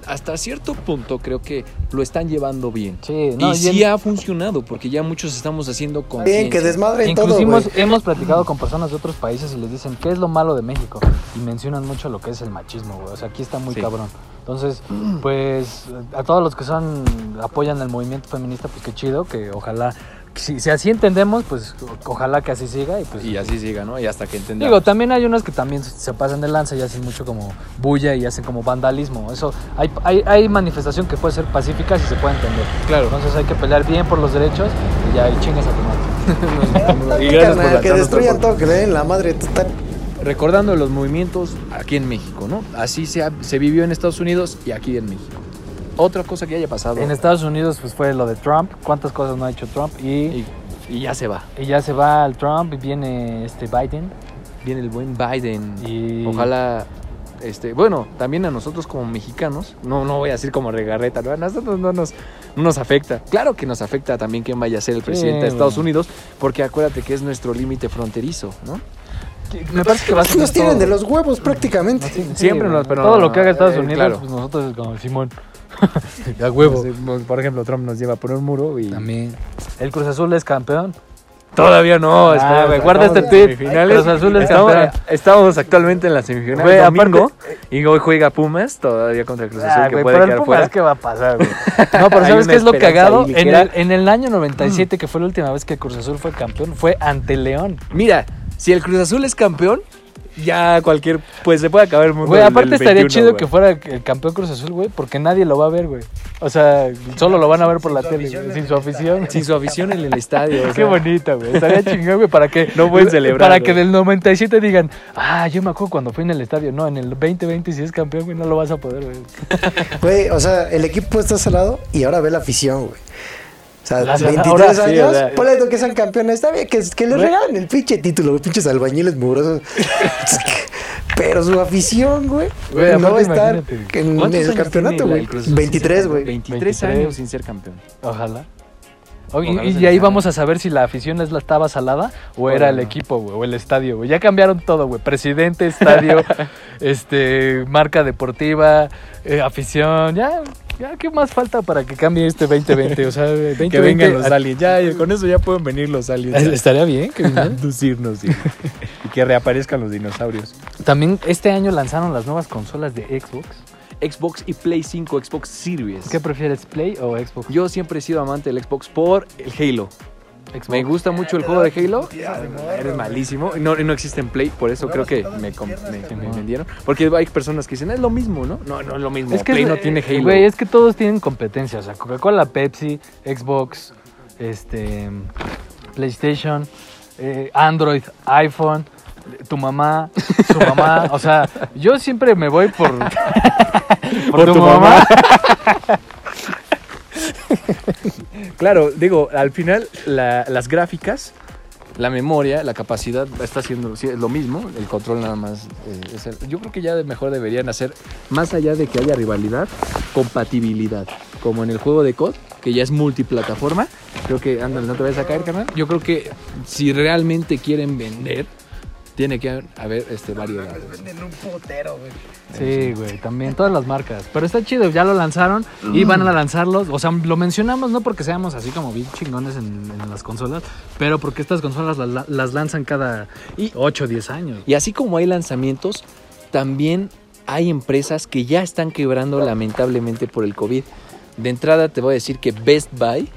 Speaker 3: Hasta cierto punto creo que lo están llevando bien.
Speaker 2: Sí, no,
Speaker 3: y
Speaker 2: y
Speaker 3: sí
Speaker 2: en-
Speaker 3: ha funcionado porque ya muchos estamos haciendo
Speaker 4: Bien, que
Speaker 3: conciencia.
Speaker 4: desmadren todo,
Speaker 2: Inclusive
Speaker 4: güey.
Speaker 2: hemos- hemos platicado con personas de otros países y les dicen, ¿qué es lo malo de México? Y mencionan mucho lo que es el machismo, güey. O sea, aquí está muy
Speaker 3: Sí.
Speaker 2: cabrón. Entonces,
Speaker 4: Mm.
Speaker 2: pues, a todos los que son, apoyan el movimiento feminista, pues qué chido, que ojalá, si, si así entendemos, pues o- ojalá que así siga y pues...
Speaker 3: Y así siga, ¿no? Y hasta que entendamos.
Speaker 2: Digo, también hay unos que también se pasan de lanza y hacen mucho como bulla y hacen como vandalismo. Eso, hay, hay, hay manifestación que puede ser pacífica si se puede entender.
Speaker 3: claro.
Speaker 2: Entonces hay que pelear bien por los derechos y ya, y chingas a tu madre.
Speaker 3: Y gracias por
Speaker 4: Carnal, que
Speaker 3: lanzarnos
Speaker 4: destruyan
Speaker 3: todo.
Speaker 4: todo, que le den la madre total.
Speaker 3: Recordando los movimientos aquí en México, ¿no? Así se, ha- se vivió en Estados Unidos y aquí en México. Otra cosa que haya pasado.
Speaker 2: En Estados Unidos pues fue lo de Trump, cuántas cosas no ha hecho Trump y,
Speaker 3: y, y ya se va.
Speaker 2: y ya se va el Trump y viene este Biden
Speaker 3: Viene el buen Biden.
Speaker 2: y
Speaker 3: Ojalá, este, bueno, también a nosotros como mexicanos, no, no voy a decir como regarreta, ¿no? a nosotros no nos, no nos afecta. Claro que nos afecta también quién vaya a ser el presidente de
Speaker 2: güey.
Speaker 3: Estados Unidos, porque acuérdate que es nuestro límite fronterizo, ¿no?
Speaker 2: me parece que va a ser
Speaker 4: Nos tienen
Speaker 2: todo.
Speaker 4: de los huevos prácticamente.
Speaker 2: Sí,
Speaker 3: Siempre
Speaker 2: güey.
Speaker 3: nos- pero
Speaker 2: todo
Speaker 3: no,
Speaker 2: lo que haga Estados
Speaker 3: eh,
Speaker 2: Unidos
Speaker 3: claro.
Speaker 2: pues nosotros es como Simón a huevo.
Speaker 3: Por ejemplo, Trump nos lleva por un muro y...
Speaker 2: También el Cruz Azul es campeón.
Speaker 3: Todavía no,
Speaker 2: Ah,
Speaker 3: espérame,
Speaker 2: güey,
Speaker 3: guarda este
Speaker 2: estamos en
Speaker 3: tweet.
Speaker 2: semifinales.
Speaker 3: Cruz Azul es
Speaker 2: Estamos-
Speaker 3: campeón. Estábamos actualmente en la semifinal
Speaker 2: Güey,
Speaker 3: domingo y hoy juega Pumas todavía contra el Cruz Azul
Speaker 2: Ah,
Speaker 3: que
Speaker 2: güey,
Speaker 3: puede
Speaker 2: pero el
Speaker 3: quedar
Speaker 2: Pumas,
Speaker 3: fuera.
Speaker 2: ¿qué va a pasar, güey? No, pero
Speaker 3: Hay
Speaker 2: ¿sabes
Speaker 3: una
Speaker 2: qué es lo
Speaker 3: esperanza ahí
Speaker 2: cagado? En
Speaker 3: ligera.
Speaker 2: el, en el año 97, que fue la última vez que el Cruz Azul fue campeón, fue ante León.
Speaker 3: Mira, si el Cruz Azul es campeón, ya cualquier pues se puede acabar el mundo.
Speaker 2: Güey,
Speaker 3: del-
Speaker 2: aparte
Speaker 3: del
Speaker 2: estaría
Speaker 3: 21,
Speaker 2: chido
Speaker 3: güey.
Speaker 2: que fuera el campeón Cruz Azul, güey, porque nadie lo va a ver, güey. O sea, solo lo van a ver por la tele, güey, sin su afición.
Speaker 3: sin su afición en el estadio. o
Speaker 2: Qué
Speaker 3: sea,
Speaker 2: bonita, güey. Estaría chingón, güey, para que...
Speaker 3: No pueden celebrar,
Speaker 2: Para que
Speaker 3: güey.
Speaker 2: del 97 digan, ah, yo me acuerdo cuando fui en el estadio. No, en el 2020 si es campeón, güey, no lo vas a poder, güey.
Speaker 4: Güey, o sea, el equipo está salado y ahora ve la afición, güey. O sea,
Speaker 2: Las-
Speaker 4: 23
Speaker 2: ahora
Speaker 4: años,
Speaker 2: sí, o sea-
Speaker 4: ponle tú que sean campeones, está bien, que, que les regalen el pinche título, güey, pinches albañiles mugrosos. Pero su afición, güey,
Speaker 2: Güey,
Speaker 4: no va
Speaker 2: aparte
Speaker 4: a estar
Speaker 2: imagínate.
Speaker 4: en
Speaker 3: ¿cuántos
Speaker 4: el
Speaker 3: años
Speaker 4: campeonato,
Speaker 3: tiene
Speaker 4: güey.
Speaker 3: el Cruz Azul?
Speaker 4: 23, güey.
Speaker 3: 23 años sin ser campeón.
Speaker 2: Ojalá. O- y-
Speaker 3: Ojalá
Speaker 2: y,
Speaker 3: se
Speaker 2: y ahí
Speaker 3: les haga.
Speaker 2: vamos a saber si la afición es la estaba salada o era el
Speaker 3: Ojalá.
Speaker 2: equipo, güey, o el estadio, güey. Ya cambiaron todo, güey. Presidente, estadio, este, marca deportiva, eh, afición. Ya, ya, ¿qué más falta para que cambie este 2020? O sea, 2020.
Speaker 3: Que vengan los
Speaker 2: a-
Speaker 3: aliens. Ya, y con eso ya pueden venir los
Speaker 2: Ah,
Speaker 3: aliens
Speaker 2: Estaría bien, que
Speaker 3: a
Speaker 2: vinieran.
Speaker 3: inducirnos y, y que reaparezcan los dinosaurios.
Speaker 2: También este año lanzaron las nuevas consolas de Xbox.
Speaker 3: Xbox y Play 5, Xbox Series.
Speaker 2: ¿Qué prefieres, Play o Xbox?
Speaker 3: Yo siempre he sido amante del Xbox por el Halo.
Speaker 2: Xbox.
Speaker 3: Me gusta mucho el juego de Halo. Eres malísimo. No, no existe en Play, por eso creo que me, com- me- me vendieron. Porque hay personas que dicen, es lo mismo, ¿no? No, no es eh, lo mismo. Play no tiene Halo.
Speaker 2: Güey, es que todos tienen competencia. O sea, Coca-Cola, Pepsi, Xbox, este, PlayStation, eh, Android, iPhone, tu mamá, su mamá. O sea, yo siempre me voy por, por,
Speaker 3: Por tu mamá. Claro, digo, al final la- las gráficas, la memoria, la capacidad está siendo sí, es lo mismo, el control nada más. eh, es el- yo creo que ya de- mejor deberían hacer, más allá de que haya rivalidad, compatibilidad. Como en el juego de COD, que ya es multiplataforma. Creo que, ándale, no te vayas a caer, carnal. Yo creo que si realmente quieren vender, tiene que haber este, variedad.
Speaker 2: Sí, güey, también todas las marcas. Pero está chido, ya lo lanzaron y van a
Speaker 3: Mm.
Speaker 2: lanzarlos. O sea, lo mencionamos no porque seamos así como bien chingones en, en las consolas, pero porque estas consolas la- la- las lanzan cada 8 o 10 años.
Speaker 3: Y así como hay lanzamientos, también hay empresas que ya están quebrando lamentablemente por el COVID. De entrada te voy a decir que Best Buy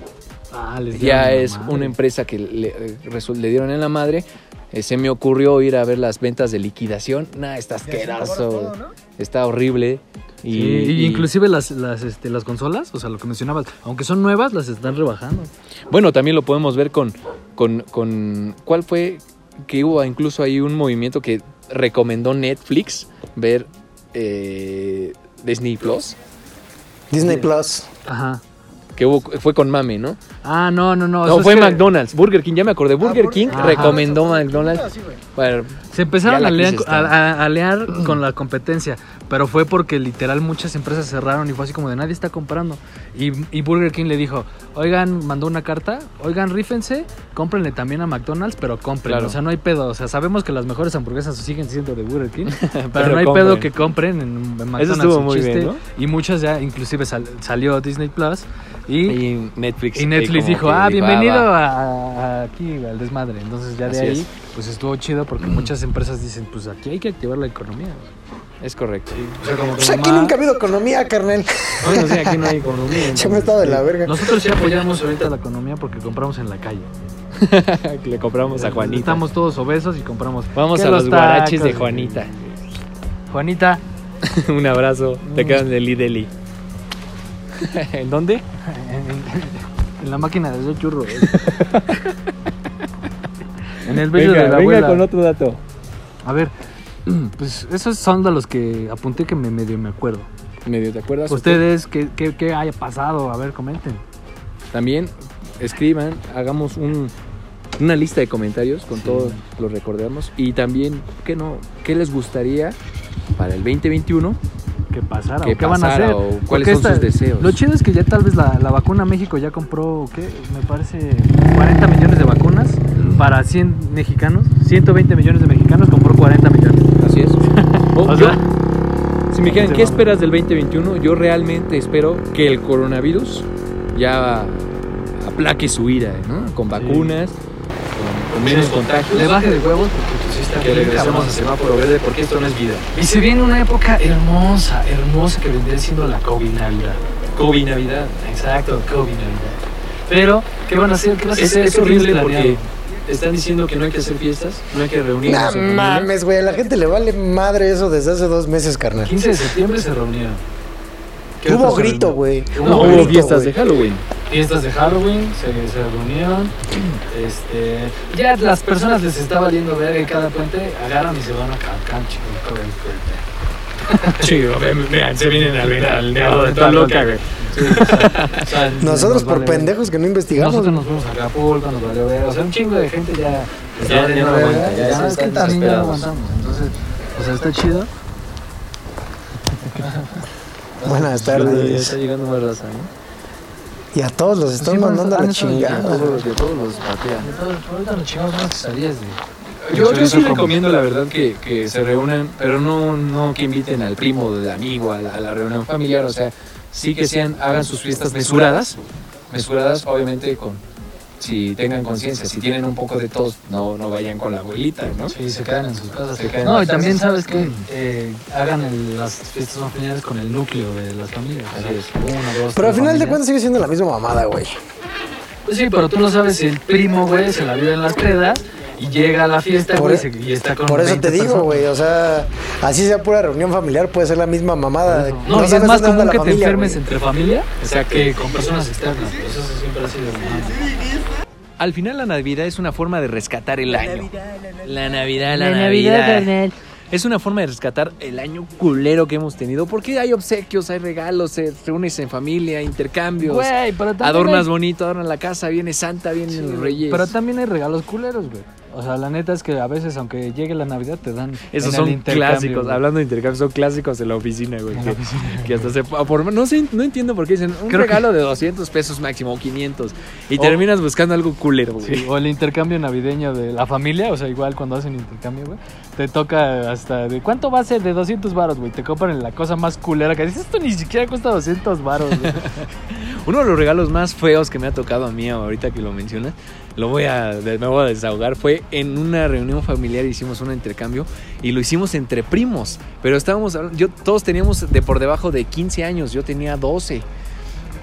Speaker 2: Ah, les dieron
Speaker 3: ya
Speaker 2: en la
Speaker 3: es
Speaker 2: madre.
Speaker 3: una empresa que le, eh, resu- le dieron en la madre. Eh, se me ocurrió ir a ver las ventas de liquidación. Nah, está asqueroso. güey. Está horrible. Y,
Speaker 2: Sí, y,
Speaker 3: y-
Speaker 2: inclusive las, las, este, las consolas, o sea, lo que mencionabas, aunque son nuevas, las están rebajando.
Speaker 3: Bueno, también lo podemos ver con, con, con- ¿Cuál fue? Que hubo incluso ahí un movimiento que recomendó Netflix ver eh, Disney Plus.
Speaker 4: Disney Plus.
Speaker 2: Ajá.
Speaker 3: Que hubo, fue con mame, ¿no?
Speaker 2: Ah, no, no, no. eso
Speaker 3: no,
Speaker 2: es
Speaker 3: fue
Speaker 2: que
Speaker 3: McDonald's, Burger King, ya me acordé. Ah, Burger
Speaker 1: Burger
Speaker 3: King
Speaker 2: King.
Speaker 3: recomendó
Speaker 1: Ajá.
Speaker 3: McDonald's.
Speaker 1: Sí, güey.
Speaker 3: Bueno,
Speaker 2: Se empezaron
Speaker 3: Ya
Speaker 2: a
Speaker 3: la
Speaker 2: aliar,
Speaker 3: crisis
Speaker 2: a-
Speaker 3: está.
Speaker 2: a- a aliar con la competencia, pero fue porque literal muchas empresas cerraron y fue así como de nadie está comprando. Y, y Burger King le dijo, oigan, mandó una carta, oigan, rífense, cómprenle también a McDonald's, pero compren.
Speaker 3: Claro.
Speaker 2: O sea, no hay pedo. O sea, sabemos que las mejores hamburguesas siguen siendo de Burger King, pero,
Speaker 3: Pero
Speaker 2: no hay
Speaker 3: compren.
Speaker 2: pedo que compren en, en McDonald's.
Speaker 3: estuvo
Speaker 2: el
Speaker 3: muy bien, ¿no?
Speaker 2: Y muchas ya, inclusive sal- salió Disney Plus y...
Speaker 3: y Netflix.
Speaker 2: Y
Speaker 3: eh,
Speaker 2: Netflix
Speaker 3: como
Speaker 2: dijo,
Speaker 3: que
Speaker 2: ah,
Speaker 3: va,
Speaker 2: bienvenido
Speaker 3: va".
Speaker 2: a- a- aquí al desmadre. Entonces ya de
Speaker 3: Así
Speaker 2: ahí,
Speaker 3: es. Mm.
Speaker 2: pues estuvo chido porque muchas empresas dicen, pues aquí hay que activar la economía.
Speaker 3: Es correcto.
Speaker 2: O sea, como
Speaker 4: Pues
Speaker 2: que
Speaker 4: aquí
Speaker 2: nomás-
Speaker 4: nunca ha habido economía, carnal.
Speaker 2: Bueno, sí, aquí no hay economía.
Speaker 4: Yo me
Speaker 2: entonces,
Speaker 4: he estado de la
Speaker 2: sí.
Speaker 4: verga.
Speaker 2: Nosotros sí apoyamos ahorita la economía porque compramos en la calle.
Speaker 3: Le compramos a Juanita.
Speaker 2: Estamos todos obesos y compramos.
Speaker 3: Vamos
Speaker 2: que
Speaker 3: a los guaraches de
Speaker 2: tacos,
Speaker 3: Juanita.
Speaker 2: Juanita,
Speaker 3: Un abrazo. Te quedan de Lideli. ¿En dónde?
Speaker 2: en, en la máquina de hacer churros. en el bello
Speaker 3: Venga,
Speaker 2: de la
Speaker 3: venga
Speaker 2: abuela.
Speaker 3: con otro dato.
Speaker 2: A ver, pues esos son de los que apunté que me medio me acuerdo.
Speaker 3: Medio, ¿te acuerdas?
Speaker 2: Ustedes, ¿qué, qué, qué haya pasado? A ver, comenten.
Speaker 3: También escriban, hagamos un- una lista de comentarios con
Speaker 2: Sí.
Speaker 3: todos los recordamos. Y también, ¿qué no? ¿Qué les gustaría para el 2021?
Speaker 2: ¿Qué pasará?
Speaker 3: ¿Qué
Speaker 2: ¿Qué, van a
Speaker 3: pasara
Speaker 2: hacer?
Speaker 3: o cuáles
Speaker 2: Porque
Speaker 3: son sus deseos?
Speaker 2: Lo chido es que ya tal vez la, la vacuna México ya compró, ¿qué? Me parece 40 millones de vacunas
Speaker 3: Mm.
Speaker 2: para 100 mexicanos. 120 millones de mexicanos compró 40 millones.
Speaker 3: Así es. Oh,
Speaker 2: O
Speaker 3: yo-
Speaker 2: sea,
Speaker 3: si me dijeran,
Speaker 2: se
Speaker 3: ¿qué
Speaker 2: mamó.
Speaker 3: esperas del 2021? Yo realmente espero que el coronavirus ya aplaque su ira, ¿no? Con vacunas, con, con menos contagios.
Speaker 2: le baje de huevos porque pues, sí está bien, cabrón.
Speaker 3: semáforo verde porque esto no es vida.
Speaker 2: Y se viene una época hermosa, hermosa que vendría siendo la COVID Navidad.
Speaker 3: COVID Navidad.
Speaker 2: Exacto, COVID Navidad. Pero, ¿qué van a hacer? ¿Qué vas a
Speaker 3: Es,
Speaker 2: hacer?
Speaker 3: es
Speaker 2: ¿Qué
Speaker 3: horrible
Speaker 2: tienes planeado?
Speaker 3: porque están diciendo que no hay que hacer fiestas, no hay que reunirnos.
Speaker 4: No
Speaker 3: en familia.
Speaker 4: mames, güey. A la gente le vale madre eso desde hace dos meses, carnal.
Speaker 2: 15 de septiembre se reunieron. ¿Qué
Speaker 4: Hubo
Speaker 2: otras se
Speaker 4: grito,
Speaker 2: reunieron?
Speaker 4: güey.
Speaker 3: No,
Speaker 2: Hubo
Speaker 3: hubo
Speaker 4: grito,
Speaker 3: fiestas
Speaker 4: güey.
Speaker 3: de Halloween.
Speaker 2: Fiestas de Halloween, se, se reunieron. Este, ya las personas les está valiendo verga y cada puente agarran y se van a Cancán, chicos.
Speaker 3: Chido, vean, se vienen al
Speaker 2: dedo de Toluca, güey.
Speaker 4: Nosotros por pendejos que no investigamos.
Speaker 2: Nosotros nos fuimos a Acapulco, nos valió verga. O sea, un chingo de gente ya.
Speaker 3: Ya- ya no aguanta, ya
Speaker 2: es
Speaker 3: están
Speaker 2: que también ya no
Speaker 3: desesperados.
Speaker 2: aguantamos. Entonces, o sea, está chido.
Speaker 4: Buenas tardes.
Speaker 3: llegando más raza, ¿no?
Speaker 4: Y a todos los están
Speaker 2: Sí,
Speaker 3: pues,
Speaker 2: bueno,
Speaker 3: ah,
Speaker 4: mandando a
Speaker 2: han
Speaker 4: la
Speaker 2: estado
Speaker 4: chingada.
Speaker 3: Todos los de todos los patean.
Speaker 2: Ahorita nos chingamos unas quesadillas de.
Speaker 3: Yo, yo sí recomiendo, la verdad, que, que se reúnan, pero no, no que inviten al primo, del amigo, a la, a la reunión familiar. O sea, sí que sean, hagan sus fiestas mesuradas. Mesuradas, obviamente, con si tengan conciencia, si tienen un poco de tos, no, no vayan con la abuelita, ¿no?
Speaker 2: Sí, se quedan en sus casas.
Speaker 3: Se quedan
Speaker 2: no,
Speaker 3: en
Speaker 2: y
Speaker 3: sus
Speaker 2: también sabes que hagan el- las fiestas más familiares con el núcleo de las familias. o sea,
Speaker 3: Así es.
Speaker 2: Uno, dos,
Speaker 4: Pero
Speaker 2: tres
Speaker 4: al final de
Speaker 2: familias.
Speaker 4: cuentas sigue siendo la misma mamada, güey.
Speaker 2: Pues sí, pero tú no sabes si el primo, güey, se la vive en las pedas y llega a la fiesta,
Speaker 4: Por
Speaker 2: güey,
Speaker 4: e-
Speaker 2: se- y está con
Speaker 4: Por eso
Speaker 2: 20
Speaker 4: te digo,
Speaker 2: personas.
Speaker 4: güey. O sea, así sea pura reunión familiar, puede ser la misma mamada.
Speaker 2: No, y es
Speaker 4: sabes
Speaker 2: más
Speaker 4: dónde
Speaker 2: común
Speaker 4: anda la
Speaker 2: que te
Speaker 4: familia,
Speaker 2: enfermes
Speaker 4: güey.
Speaker 2: entre familia
Speaker 3: Exacto.
Speaker 2: que con personas externas. Pues Eso siempre ha sido. ¿no?
Speaker 3: Al final la Navidad es una forma de rescatar el año. La Navidad,
Speaker 5: La Navidad, carnal.
Speaker 3: Es una forma de rescatar el año culero que hemos tenido. Porque hay obsequios, hay regalos, se reúnes en familia, intercambios.
Speaker 2: Güey, pero también
Speaker 3: adornas
Speaker 2: hay-
Speaker 3: bonito, adornas la casa, viene Santa, vienen los reyes.
Speaker 2: Pero también hay regalos culeros, güey. O sea, la neta es que a veces, aunque llegue la Navidad, te dan.
Speaker 3: Esos
Speaker 2: en el
Speaker 3: son
Speaker 2: intercambio,
Speaker 3: clásicos.
Speaker 2: güey.
Speaker 3: Hablando de intercambios, son clásicos de la oficina, güey. Que, que hasta se. a Por, no, sé, no entiendo por qué dicen un
Speaker 2: Creo que-
Speaker 3: regalo de 200 pesos máximo o 500. Y
Speaker 2: O-
Speaker 3: terminas buscando algo culero, güey.
Speaker 2: Sí, o el intercambio navideño de la familia, o sea, igual cuando hacen intercambio, güey, te toca hasta de cuánto va a ser de 200 varos, güey, te compran la cosa más culera que dices, esto ni siquiera cuesta 200 varos, güey.
Speaker 3: Uno de los regalos más feos que me ha tocado a mí ahorita que lo mencionas, lo voy a, de- me voy a desahogar, fue en una reunión familiar hicimos un intercambio y lo hicimos entre primos, pero estábamos, hablando- yo, todos teníamos de por debajo de 15 años, yo tenía 12.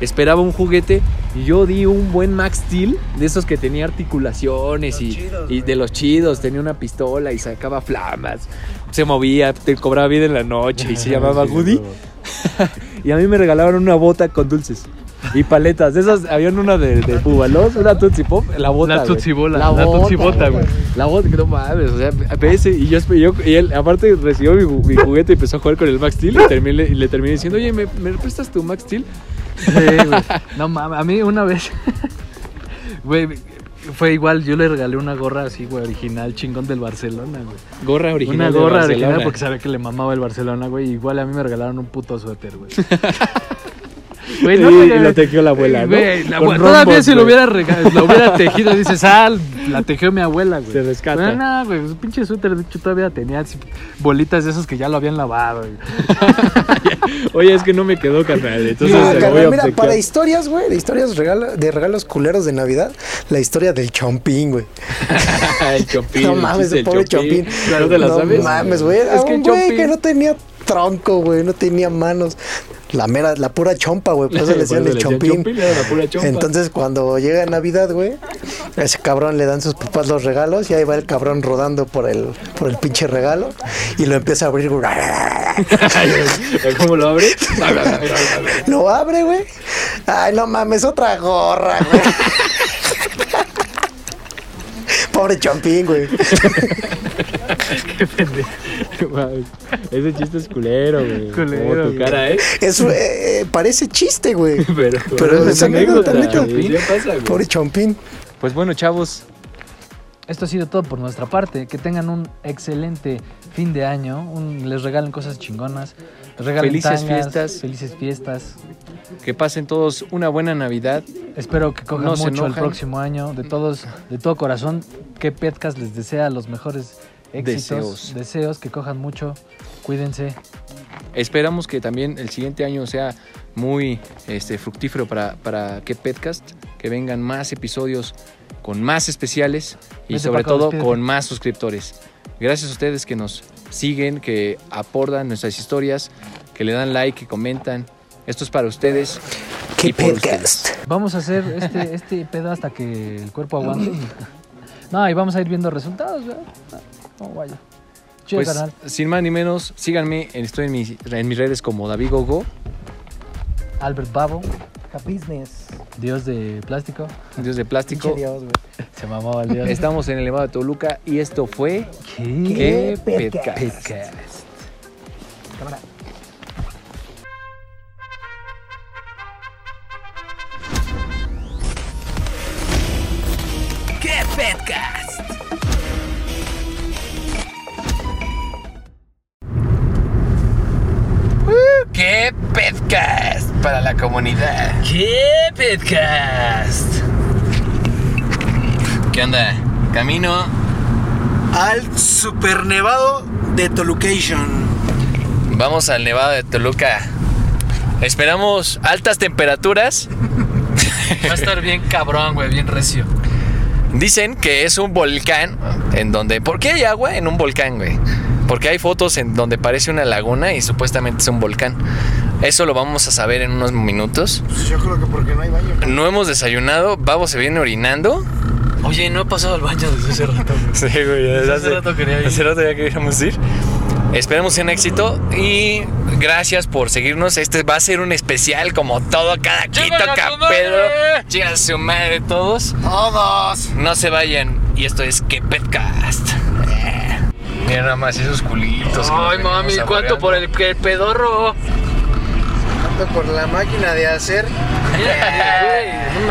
Speaker 3: Esperaba un juguete y yo di un buen Max Steel de esos que tenía articulaciones y, y de los chidos. Tenía una pistola y sacaba flamas. Se movía, te cobraba bien en la noche y se llamaba
Speaker 2: Sí,
Speaker 3: Woody.
Speaker 2: güey.
Speaker 3: Y a mí me regalaron una bota con dulces y paletas. De esas, habían una de, de Bubalos, una Tootsie Pop, la bota.
Speaker 2: La
Speaker 3: güey.
Speaker 2: Tootsie Bola, la Tootsie Bota, güey.
Speaker 3: La bota, que no mames, o sea, pero ese, y yo, yo- y él, aparte, recibió mi, ju- mi juguete y empezó a jugar con el Max Steel y, terminé, y le terminé diciendo, oye, ¿me, me prestas tu Max Steel?
Speaker 2: Sí, güey. No mames, a mí una vez, güey, fue igual, yo le regalé una gorra así, güey, original, chingón del Barcelona, güey.
Speaker 3: Gorra original. de
Speaker 2: una gorra
Speaker 3: Barcelona.
Speaker 2: original porque sabía que le mamaba el Barcelona, güey. Igual a mí me regalaron un puto suéter, güey. Güey,
Speaker 3: Y-
Speaker 2: me-
Speaker 3: y lo tejió la abuela, ¿no?
Speaker 2: Güey, la
Speaker 3: Con
Speaker 2: abue- Todavía
Speaker 3: rombos,
Speaker 2: si lo
Speaker 3: güey.
Speaker 2: hubiera, rega- lo hubiera tejido, dices, ah, la tejió mi abuela, güey.
Speaker 3: Se rescata.
Speaker 2: Pero no, güey, un pinche suéter, de hecho, todavía tenía así bolitas de esas que ya lo habían lavado, güey.
Speaker 3: Oye, es que no me quedó, carnal. Entonces,
Speaker 4: Mira,
Speaker 3: se lo
Speaker 4: carnal,
Speaker 3: voy a
Speaker 4: mira,
Speaker 3: obsequiar.
Speaker 4: para historias, güey, de historias regala- de regalos culeros de Navidad, la historia del chompín, güey.
Speaker 3: el Chopin.
Speaker 4: No
Speaker 3: el
Speaker 4: mames,
Speaker 3: chiste
Speaker 4: el
Speaker 3: del
Speaker 4: pobre chompín.
Speaker 3: ¿No te la
Speaker 4: no
Speaker 3: sabes?
Speaker 4: mames, güey.
Speaker 3: Es que
Speaker 4: que
Speaker 3: el
Speaker 4: güey que
Speaker 3: Chopin.
Speaker 4: no tenía tronco, güey, no tenía manos. La mera, la pura chompa, güey, por eso le
Speaker 3: Por
Speaker 4: decían
Speaker 3: eso le
Speaker 4: el
Speaker 3: decían
Speaker 4: chompín.
Speaker 3: Chopin, era la pura chompa.
Speaker 4: Entonces, cuando llega Navidad, güey, a ese cabrón le dan sus papás los regalos y ahí va el cabrón rodando por el, por el pinche regalo y lo empieza a abrir, güey.
Speaker 3: ¿Cómo lo abre?
Speaker 4: Lo abre, güey. Ay, no mames, otra gorra, güey. Pobre chompín, güey.
Speaker 3: Guau, Ese chiste es culero, güey.
Speaker 2: Culero,
Speaker 3: Como tu
Speaker 2: güey.
Speaker 3: cara, ¿eh?
Speaker 4: Es, eh, parece chiste, güey.
Speaker 3: Pero,
Speaker 4: Pero
Speaker 3: es
Speaker 4: es anécdota, neta.
Speaker 3: güey, ya pasa, güey.
Speaker 4: Pobre chompín.
Speaker 3: Pues bueno, chavos.
Speaker 2: Esto ha sido todo por nuestra parte. Que tengan un excelente fin de año. Un- les regalen cosas chingonas. Les regalen
Speaker 3: Felices
Speaker 2: tangas,
Speaker 3: fiestas.
Speaker 2: Felices fiestas.
Speaker 3: Que pasen todos una buena Navidad.
Speaker 2: Espero que cojan
Speaker 3: No se
Speaker 2: mucho el
Speaker 3: enojan.
Speaker 2: próximo año. De todos, de todo corazón, que Petcas les desea los mejores éxitos,
Speaker 3: Deseos.
Speaker 2: deseos que cojan mucho. Cuídense.
Speaker 3: Esperamos que también el siguiente año sea muy este, fructífero para, para que Petcast. Que vengan más episodios con más especiales y
Speaker 2: Vete,
Speaker 3: sobre
Speaker 2: Paco,
Speaker 3: todo
Speaker 2: despídete.
Speaker 3: con más suscriptores. Gracias a ustedes que nos siguen, que aportan nuestras historias, que le dan like, que comentan. Esto es para ustedes.
Speaker 4: Qué
Speaker 3: y por ustedes.
Speaker 4: podcast.
Speaker 2: Vamos a hacer este, este pedo hasta que el cuerpo aguante. No, y vamos a ir viendo resultados, ¿verdad? No vaya. Chido,
Speaker 3: Pues,
Speaker 2: carnal.
Speaker 3: sin más ni menos, síganme. Estoy en mis, en mis redes como David Gogo,
Speaker 2: Albert Babo,
Speaker 4: Business.
Speaker 2: Dios de plástico.
Speaker 3: Dios de Plástico.
Speaker 2: Se mamó el Dios.
Speaker 3: Estamos en el Elevado de Toluca y esto fue
Speaker 2: ¿Qué?
Speaker 3: ¿Qué
Speaker 4: Petcast?
Speaker 3: Petcast?
Speaker 2: Podcast.
Speaker 3: ¿Qué podcast para la comunidad? ¿Qué podcast? ¿Qué onda? Camino
Speaker 4: Al supernevado de Tolucation.
Speaker 3: Vamos al Nevado de Toluca. Esperamos altas temperaturas. Va a estar bien cabrón, güey, bien recio. Dicen que es un volcán en donde... ¿Por qué hay agua en un volcán, güey? Porque hay fotos en donde parece una laguna y supuestamente es un volcán. Eso lo vamos a saber en unos minutos.
Speaker 4: Pues yo creo que porque no hay baño.
Speaker 3: No hemos desayunado, Babo se viene orinando.
Speaker 2: Oye, no he pasado al baño desde hace rato.
Speaker 3: Sí, güey, desde
Speaker 2: hace rato quería ir.
Speaker 3: hace rato ya queríamos ir. Esperemos un éxito y gracias por seguirnos. Este va a ser un especial como todo, cada quito,
Speaker 2: a su
Speaker 3: capelo. Llega a su madre todos. Todos. No se vayan. Y esto es Que Petcast. Mira nada más esos culitos.
Speaker 2: Ay, mami, ¿cuánto por el, el pedorro?
Speaker 4: Por la máquina de hacer.
Speaker 2: Güey,